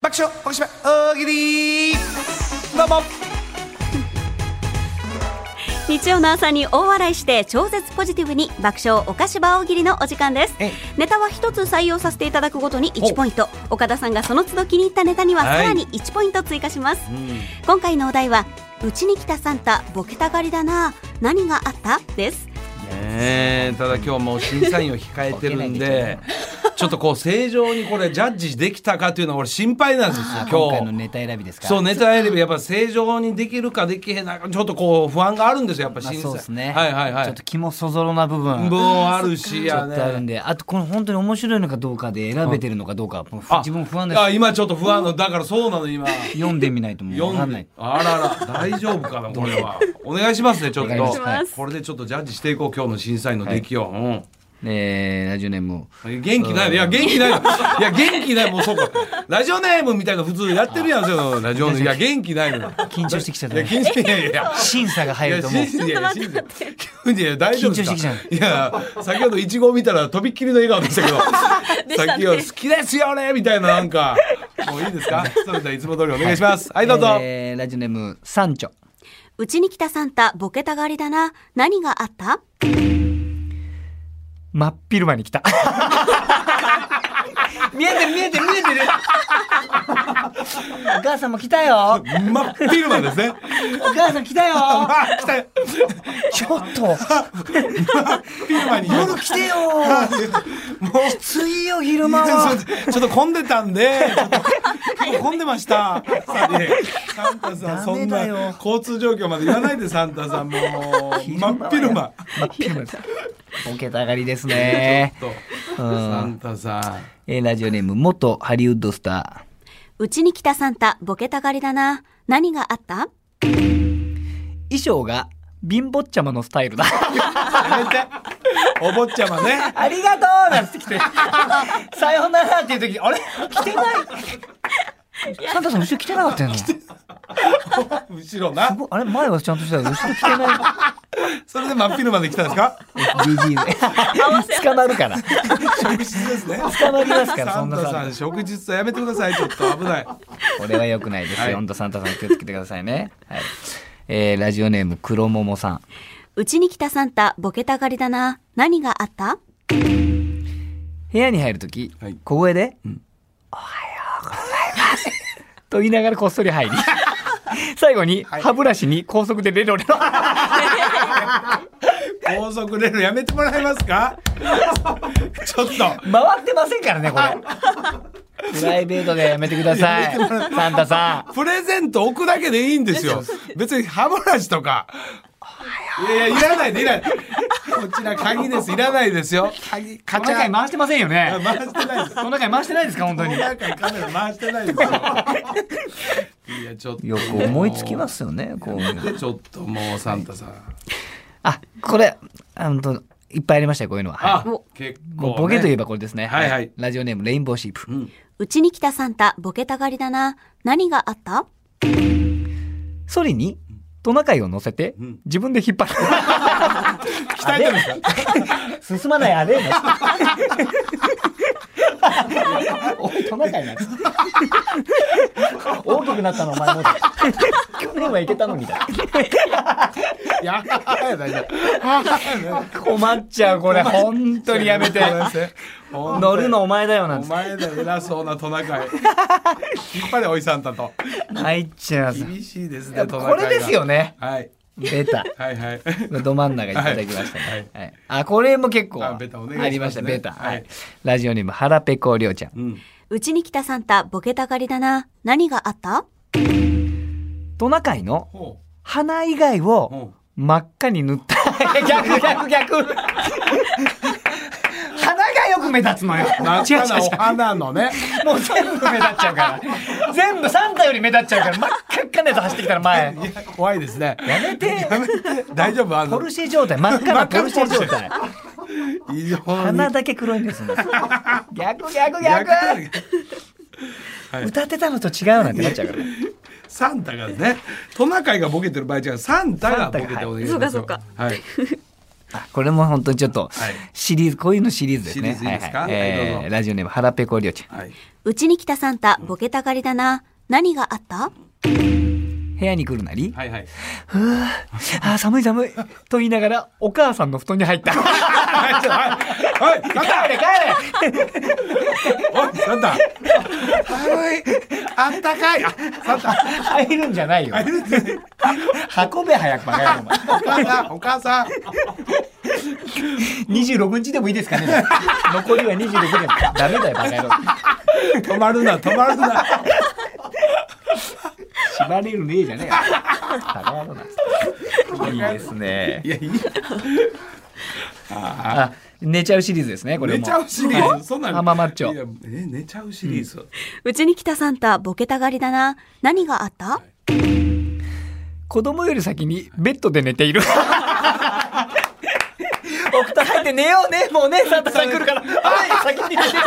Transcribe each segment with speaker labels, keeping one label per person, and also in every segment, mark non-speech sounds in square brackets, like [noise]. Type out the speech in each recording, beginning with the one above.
Speaker 1: 爆笑おしめ大喜利どうも
Speaker 2: 日曜の朝に大笑いして超絶ポジティブに爆笑お菓子場大喜利のお時間です
Speaker 1: えい
Speaker 2: ネタは一つ採用させていただくごとに1ポイント岡田さんがその都度気に入ったネタには
Speaker 1: はい
Speaker 2: さらに1ポイント追加します、今回のお題はうちに来たサンタボケたがりだな何があったです
Speaker 3: ねえただ今日もう審査員を控えてるん
Speaker 4: ボケない [laughs]
Speaker 3: でちょっとこう正常にこれジャッジできたかというのは俺心配なんです
Speaker 4: あ
Speaker 3: よ
Speaker 4: 今回
Speaker 3: 今
Speaker 4: の
Speaker 3: 日。
Speaker 4: ネタ選びですか
Speaker 3: そうネタ選びやっぱ正常にできるかできへんなちょっとこう不安があるんですよやっぱ
Speaker 4: まあ
Speaker 3: 審査、
Speaker 4: そうですね
Speaker 3: はいはいはい
Speaker 4: ちょっと気もそぞろな部分
Speaker 3: 分あるし
Speaker 4: ちょ
Speaker 3: や
Speaker 4: っ
Speaker 3: ね
Speaker 4: とあるんであとこの本当に面白いのかどうかで選べてるのかどうかもう
Speaker 3: あ
Speaker 4: 自分不安です
Speaker 3: あ今ちょっと不安のだからそうなの今
Speaker 4: 読んでみないともう分か
Speaker 3: 読ん
Speaker 4: んない
Speaker 3: であらら大丈夫かなこれ
Speaker 4: [laughs]
Speaker 3: はお願いしますねちょっと
Speaker 4: お願いし
Speaker 2: ます
Speaker 3: これでちょっとジャッジしていこう今日の審査員の出来を、うん
Speaker 4: えーラジオネーム
Speaker 3: 元気 [laughs] ないいや元気ないよいや元気ないもうそうかラジオネームみたいな普通やってるやんそのラジオネームいや元気ないの
Speaker 4: 緊張してきちゃっ
Speaker 3: い
Speaker 4: た
Speaker 3: や
Speaker 4: ね
Speaker 3: 緊張いやいやいや
Speaker 4: 審査が
Speaker 3: い
Speaker 4: 入
Speaker 3: や
Speaker 4: るともう
Speaker 3: いや
Speaker 2: ちょっと待って
Speaker 3: いやいや大丈夫ですか
Speaker 4: 緊張してきちゃ
Speaker 3: いや先ほどいちごを見たらとびっきりの笑顔でしたけど
Speaker 2: [laughs] でしたね
Speaker 3: さっきは好きですよねみたいななんかもういいですかそれではいつも通りお願いしますはいどうぞ、
Speaker 4: えーラジオネームサンチョ
Speaker 2: うちに来たサンタボケたがりだな何があった
Speaker 4: 真っ昼間に来た見えてる見えてる見えてるお母さんも来たよ
Speaker 3: 真っ昼間ですね。
Speaker 4: お母さん来たよ
Speaker 3: あ、来たよ。
Speaker 4: ちょっと
Speaker 3: 昼間に。
Speaker 4: 夜
Speaker 3: [laughs]
Speaker 4: 来てよ
Speaker 3: も
Speaker 4: きついよ昼間は
Speaker 3: う、ちょっと混んでたんで、ちょっと混んでました。さてサンタさん、そん
Speaker 4: ダメだよ
Speaker 3: な交通状況まで言わないで、サンタさんもう。真っ昼間。
Speaker 4: 真っ昼間ですボケたがりですね、
Speaker 3: と
Speaker 4: うん
Speaker 3: サンタさん。
Speaker 4: えーラジオネーム元ハリウッドスタ
Speaker 2: うちに来たサンタボケたがりだな何があった
Speaker 4: ー衣装が貧乏ちゃまのスタイルだ
Speaker 3: やめて。お坊ちゃまね。
Speaker 4: [laughs] ありがとうなんつって来て [laughs] さよならっていう時あれ来てないサンタさん後ろ来てなかったよな
Speaker 3: 後ろな。
Speaker 4: あれ前はちゃんとしてたけど後ろ来てない
Speaker 3: それで真っ昼間で来たんですか。
Speaker 4: [laughs] じじい捕まるから
Speaker 3: 食事です [laughs] ね。
Speaker 4: 捕まりますから
Speaker 3: サ
Speaker 4: そ
Speaker 3: ン
Speaker 4: んな
Speaker 3: タさ
Speaker 4: さ
Speaker 3: ん、食事はやめてください。ちょっと危ない。
Speaker 4: これは良くないですよ、
Speaker 3: はい
Speaker 4: 本当サンタさん気をつけてくださいねはいえーラジオネーム黒桃さん
Speaker 2: うちに来たサンタボケたがりだな何があった
Speaker 4: 部屋に入るとき、
Speaker 3: はい
Speaker 4: 小声で、おはようございます。と [laughs] 言いながらこっそり [laughs] 入り、最後に歯ブラシに高速でレロレロ。
Speaker 3: 高速レールやめてもらえます [laughs] かちょっと
Speaker 4: [laughs] 回ってませんからね、これ。 [laughs] プライベートでやめてくださ [laughs] い。サンタさ
Speaker 3: プレゼント置くだけでいいんですよ別に歯ブラシとかいやいやいらないでいらないこちら鍵ですいらないですよ鍵
Speaker 4: ん。
Speaker 3: カ
Speaker 4: こ
Speaker 3: チ
Speaker 4: の
Speaker 3: ャ
Speaker 4: 回
Speaker 3: ン
Speaker 4: 回してませんよね。
Speaker 3: 回してないです
Speaker 4: この回回してないですか、本当に。
Speaker 3: なんかカメラ回してないですよいやちょっと
Speaker 4: よく思いつきますよね、こういうの。
Speaker 3: でちょっともうサンタさん、
Speaker 4: あ、これ、あの、といっぱいありましたよ、こういうのは。はい
Speaker 3: あ
Speaker 2: お
Speaker 3: 結構、
Speaker 4: も
Speaker 3: ね、
Speaker 4: うボケといえばこれですね。
Speaker 3: はいはい
Speaker 4: ラジオネーム、レインボーシープ。
Speaker 2: うちに来たサンタボケたがりだな何があった
Speaker 4: ソリにトナカイを乗せて、自分で引っ張る。 [laughs] 鍛えですか [laughs] 進まないあれおい、トナカイなんです大きくなったのお前もだ。去年はいけたのにだ。
Speaker 3: いやはい大丈夫
Speaker 4: 困っちゃう、これ。本当にやめて。
Speaker 3: ごめんなさい本当
Speaker 4: 乗
Speaker 3: に
Speaker 4: るのお前だよ、なん
Speaker 3: お
Speaker 4: つって。
Speaker 3: 前だ偉そうなトナ [laughs] カイ引っ張れおいサンタと
Speaker 4: 入っちゃう。
Speaker 3: 厳しいです
Speaker 4: や
Speaker 3: ね
Speaker 4: っ
Speaker 3: ト
Speaker 4: ぱ
Speaker 3: ナ
Speaker 4: こ
Speaker 3: カイが
Speaker 4: れですよね。
Speaker 3: はい
Speaker 4: 出た。
Speaker 3: はいはい。
Speaker 4: ど真ん中いただきましたね。
Speaker 3: は
Speaker 4: はいいあ、これも結構
Speaker 3: あ
Speaker 4: あ
Speaker 3: ベ
Speaker 4: り
Speaker 3: タお願いしますね
Speaker 4: ました、ベタ。は
Speaker 3: はいい。
Speaker 4: ラジオネーム、腹ペコりょうちゃん。
Speaker 3: うん。
Speaker 2: うちに来たサンタボケたがりだな何があった
Speaker 4: トナカイの
Speaker 3: ほ
Speaker 4: 鼻以外
Speaker 3: う。ほ
Speaker 4: を
Speaker 3: う。
Speaker 4: 真っ赤に塗った。 [laughs] 逆逆逆。鼻がよく目立つのよ。
Speaker 3: 真っ
Speaker 4: 違う
Speaker 3: 赤な
Speaker 4: 違う違
Speaker 3: お花のね。
Speaker 4: うもう全部目立っちゃうから。全部サンタより目立っちゃうから、真っ赤っかなやつ走ってきたら前。
Speaker 3: いや怖いですね。
Speaker 4: やめて。
Speaker 3: 大丈夫あ
Speaker 4: ポ
Speaker 3: の
Speaker 4: ルシェ状態、真っ赤なポルシェ状態。
Speaker 3: 異常に。
Speaker 4: 鼻だけ黒いんですもん。逆
Speaker 3: 逆
Speaker 4: 逆逆。
Speaker 3: はい
Speaker 4: 歌ってたのと違うなんてなっちゃうから。
Speaker 3: サンタがね。トナカイがボケてる場合違う。サンタがボケてお願いしますよ。
Speaker 2: サンタが
Speaker 3: はい。
Speaker 4: あこれも本当にちょっと
Speaker 3: はい、
Speaker 4: シリーズ、こういうのシリーズです
Speaker 3: シリ
Speaker 4: ね。
Speaker 3: ーズいいですか
Speaker 4: は
Speaker 3: はいどう
Speaker 4: え
Speaker 3: ぞ
Speaker 4: ーラジオネーム、腹ペコりょうちゃん。
Speaker 3: はいう
Speaker 2: ちに来たサンタ、ボケたがりだな。何があった
Speaker 4: 部屋に来るなり、
Speaker 3: はいはい。 [laughs]
Speaker 4: あー寒い寒いと言いながらお母さんの布団に入った。
Speaker 3: はい、なんだ
Speaker 4: れ帰
Speaker 3: おい、なんだ寒い、あったかい。あ、サンタ、
Speaker 4: れ入るんじゃないよ。運べ早くバカ野郎お前
Speaker 3: お母さん、お母さん。
Speaker 4: 26日でもいいですかね残りは26でも。ダメだよバカ野郎。
Speaker 3: 止まるな、止まるな。
Speaker 4: 縛れるねえじゃねえよ。バカ野郎なんていいですね。
Speaker 3: いや、いい。
Speaker 4: あ、寝ちゃうシリーズですね、これも。
Speaker 3: 寝ちゃうシリーズ。そんなの
Speaker 4: 浜マッチョ
Speaker 3: いやえ、寝ちゃうシリーズ。
Speaker 2: うちに来たサンタ、ボケたがりだな。何があった
Speaker 4: 子供より先にベッドで寝ている。 [laughs] お布団入って寝ようね、もうね、サンタさん来るから。はい、先に寝て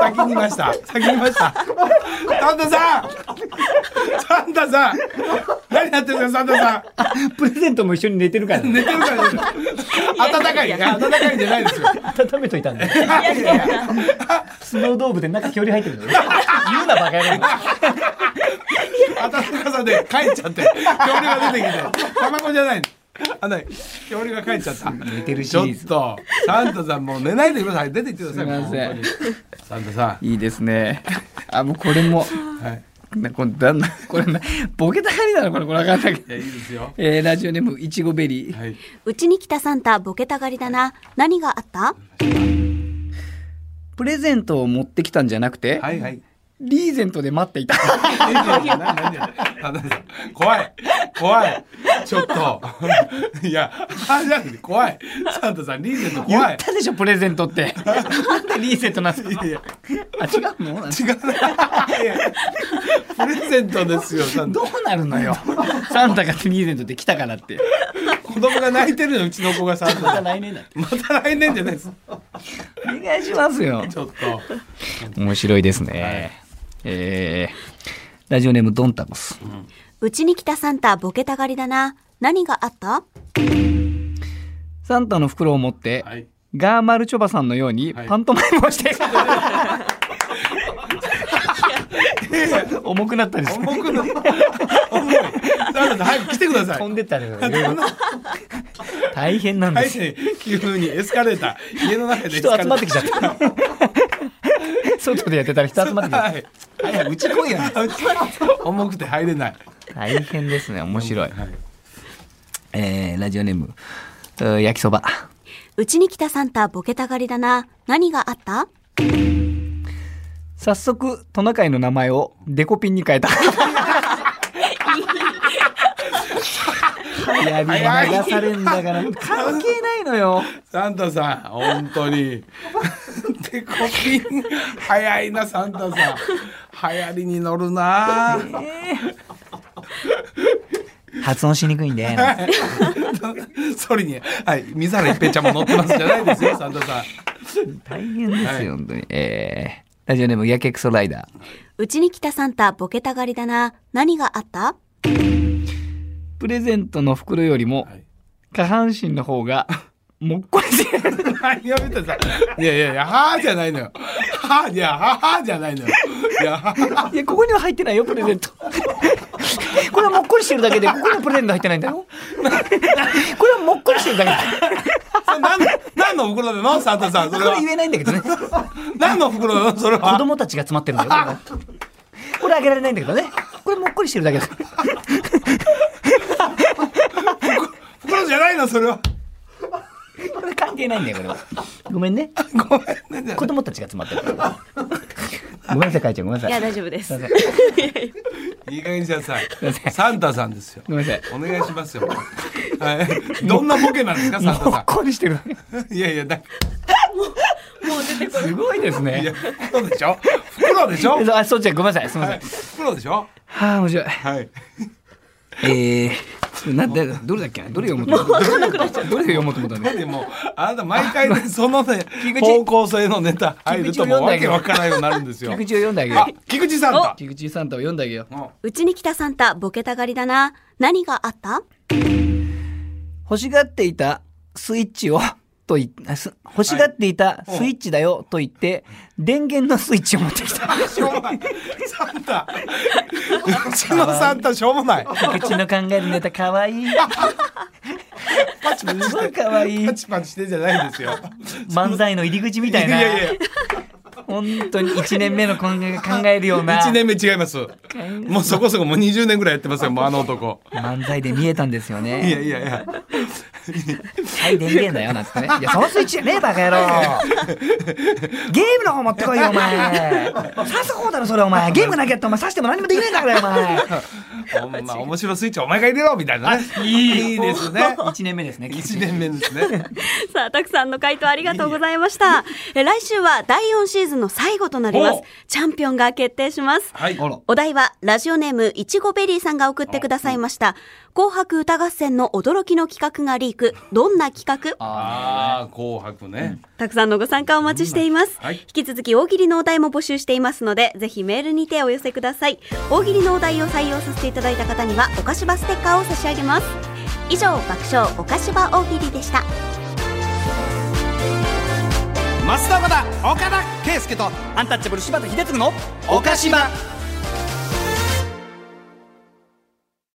Speaker 3: 先にいました。先にいました。サンタさん。サンタさん。何やってるんですか、サンタさん。
Speaker 4: プレゼントも一緒に寝てるから、
Speaker 3: 寝てるからですよ暖かいね暖かいんじゃないですよ
Speaker 4: 温めといたんだよ。スノードームで中恐竜入ってるのよ。言うな、バカ野郎。
Speaker 3: 暖かさで帰っちゃって恐竜が出てきて卵じゃないあない恐竜が帰っちゃった
Speaker 4: 寝てるシ
Speaker 3: ちょ
Speaker 4: リ
Speaker 3: っ
Speaker 4: ーズ。
Speaker 3: とサンタさんもう寝ないでください出て行ってください
Speaker 4: すいません
Speaker 3: もう本当にサンタさ
Speaker 4: いいですね。あ、もうこれも、
Speaker 3: んはい
Speaker 4: なこの旦那、これな、ボケたがりだなの、これ、これわかんないけ
Speaker 3: い
Speaker 4: ど。
Speaker 3: やいいですよ
Speaker 4: えーラジオネーム、いちごベリー。
Speaker 3: はいう
Speaker 2: ちに来たサンタ、ボケたがりだな。何があった
Speaker 4: プレゼントを持ってきたんじゃなくて、
Speaker 3: はいはい
Speaker 4: リーゼントで待っていた。
Speaker 3: 何何何サンタさん怖い怖いちょっといやあじゃなくて怖いサンタさんリーゼント
Speaker 4: 言
Speaker 3: 怖
Speaker 4: っ
Speaker 3: い
Speaker 4: たでしょプレゼン
Speaker 3: [laughs]
Speaker 4: トってなんでリーゼントなんですか
Speaker 3: いや
Speaker 4: あ違うのなん
Speaker 3: 違ういやプレゼントですよサンタ
Speaker 4: どうなるのよサンタがリーゼントで来たからって
Speaker 3: 子供が泣いてるのうちの子がサンタさん
Speaker 4: 来年だって
Speaker 3: また来年じゃないです
Speaker 4: お願いしますよ
Speaker 3: ちょっと
Speaker 4: 面白いですね、えーラジオネームドンタコス
Speaker 2: うちに来たサンタ、ボケたがりだな。何があった
Speaker 4: サンタの袋を持って、
Speaker 3: はい
Speaker 4: ガーマルチョバさんのように
Speaker 3: はい
Speaker 4: パントマイムを
Speaker 3: [laughs]
Speaker 4: して、重くなったりして
Speaker 3: 重くの重いサンタさん早く来てください
Speaker 4: 飛んでったね大変なん
Speaker 3: は
Speaker 4: で
Speaker 3: い
Speaker 4: す、
Speaker 3: 急にエスカレーター家の中でエスカレーター
Speaker 4: 人集まってきちゃった外でやってたら人集まってきちゃった
Speaker 3: はいう
Speaker 4: ち来いよ
Speaker 3: 重くて入れない
Speaker 4: 大変ですね面 [laughs] 白い、
Speaker 3: はい
Speaker 4: えーラジオネームうー焼きそば
Speaker 2: うちに来たサンタ、ボケたがりだな。何があった
Speaker 4: 早速トナカイの名前をデコピンに変え [laughs] たやり流されんだ [laughs] から関係ないのよ
Speaker 3: サンタさん本当にデコピン早いなサンタさん流行りに乗るな
Speaker 4: 発音しにくいんでなんて
Speaker 3: [laughs] それにはい水原一平ちゃんも乗ってますじゃないですよサンタさん [laughs]
Speaker 4: 大変ですよ、
Speaker 3: はい
Speaker 4: 本当にえーラジオネームやけくそライダー
Speaker 2: うちに来たサンタ、ボケたがりだな。何があった
Speaker 4: プレゼントの袋よりも
Speaker 3: い
Speaker 4: 下半身の方がもっこりしてる
Speaker 3: 何を見てさ、いやいやいや、はーじゃないのよ。はー、いや、はーじゃないのよ。いや、はー
Speaker 4: いや、ここには入ってないよ、プレゼント。 [laughs] これはもっこりしてるだけで、ここにはプレゼント入ってないんだよ。 [laughs] これはもっこりしてるだけ
Speaker 3: それ何の、何の袋なのサンタさん、そ
Speaker 4: だ。
Speaker 3: れ
Speaker 4: こ
Speaker 3: は
Speaker 4: れ。言えないんだけどね。
Speaker 3: 何の袋なのそれ
Speaker 4: 子
Speaker 3: は。
Speaker 4: 供たちが詰まってるんだよこれは。これあげられないんだけどね。これもっこりしてるだけだ。
Speaker 3: 袋じゃないのそれは。
Speaker 4: これ関係ないんだよ、これは。ごめんね。
Speaker 3: ごめんね。
Speaker 4: 子供たちが詰まってるから。ごめんなさい、会長、ごめんないさ
Speaker 2: や、
Speaker 4: い。
Speaker 2: 大丈夫です。 [laughs]
Speaker 3: いい加減にしなさい。サンタさんですよ。
Speaker 4: ごめんなさい。
Speaker 3: お願いしますよ。はい。どんなボケなん [laughs] ですか、サン
Speaker 4: もっ
Speaker 3: タ
Speaker 4: こりしてるだけ。
Speaker 3: さん。いやいや、だ、
Speaker 4: すごいです
Speaker 3: いや、
Speaker 4: ね。
Speaker 3: 袋でしょ袋でしょ
Speaker 4: あ、そうじゃ、ごめんなさい。すみま
Speaker 3: は
Speaker 4: せん
Speaker 3: い。。袋でしょ
Speaker 4: はあ、面白い。
Speaker 3: はい。
Speaker 4: えーなんでどれだっけどれ読もうと思ったどれ読もうと思ったんだ
Speaker 3: でもあなた毎回ねその [laughs] ね方向性のネタ入るともうわけわからないようになるんですよ
Speaker 4: 菊。池を読んであげよ
Speaker 3: あ
Speaker 4: う
Speaker 3: 菊池さんだ。
Speaker 4: 菊池サンタを読んであげよう
Speaker 2: うちに来たサンタボケたがりだな何があった
Speaker 4: 欲しがっていたスイッチをといあす欲しがっていたスイッチだよと言って、電源のスイッチを持ってき [laughs] た
Speaker 3: しょうもない。サンタ。うちのサンタしょうもない。
Speaker 4: 菊池の考えるネタかわいい
Speaker 3: パチパチ
Speaker 4: すご
Speaker 3: し
Speaker 4: い
Speaker 3: て。
Speaker 4: かわいい
Speaker 3: パチパチしてんじゃないですよ。
Speaker 4: 漫才の入り口み
Speaker 3: い
Speaker 4: た
Speaker 3: や
Speaker 4: い
Speaker 3: い
Speaker 4: な
Speaker 3: やいや。
Speaker 4: 本当に1年目の考え考えるような
Speaker 3: 一年目違います。もうそこそこもう20年ぐらいやってますよ。もうあの男。
Speaker 4: 漫才で見えたんですよ
Speaker 3: いや
Speaker 4: ね
Speaker 3: いやいや。
Speaker 4: はい電源だよなんつってねいやそのスイッチじゃねえバカ野郎ゲームの方持ってこいよお前刺す方だろそれお前ゲームなきゃってお前刺しても何もできねえんだからよお前
Speaker 3: おまあ面白スイッチお前が入れろみたいなね。いいですね。
Speaker 4: 1年目ですね
Speaker 3: 一年目ですね。
Speaker 2: さあ、たくさんの回答ありがとうございました。え来週は第4シーズンの最後となりま
Speaker 3: お
Speaker 2: す。チャンピオンが決定します。
Speaker 3: [laughs] はい。
Speaker 4: あら
Speaker 2: お題は、ラジオネーム、いちごベリーさんが送ってくださいました。紅白歌合戦の驚きの企画がリーク。どんな企画
Speaker 3: ああ紅白ね。
Speaker 2: たくさんのご参加お待ちしています。
Speaker 3: はい
Speaker 2: 引き続き、大喜利のお題も募集していますので、ぜひメールにてお寄せください。大喜利のお題を採用させていただいた方には、お菓子場ステッカーを差し上げます。以上、爆笑お菓子場大喜利でした。
Speaker 1: 増田和田岡田圭佑とアンタッチャブル柴田秀嗣の
Speaker 4: おかしば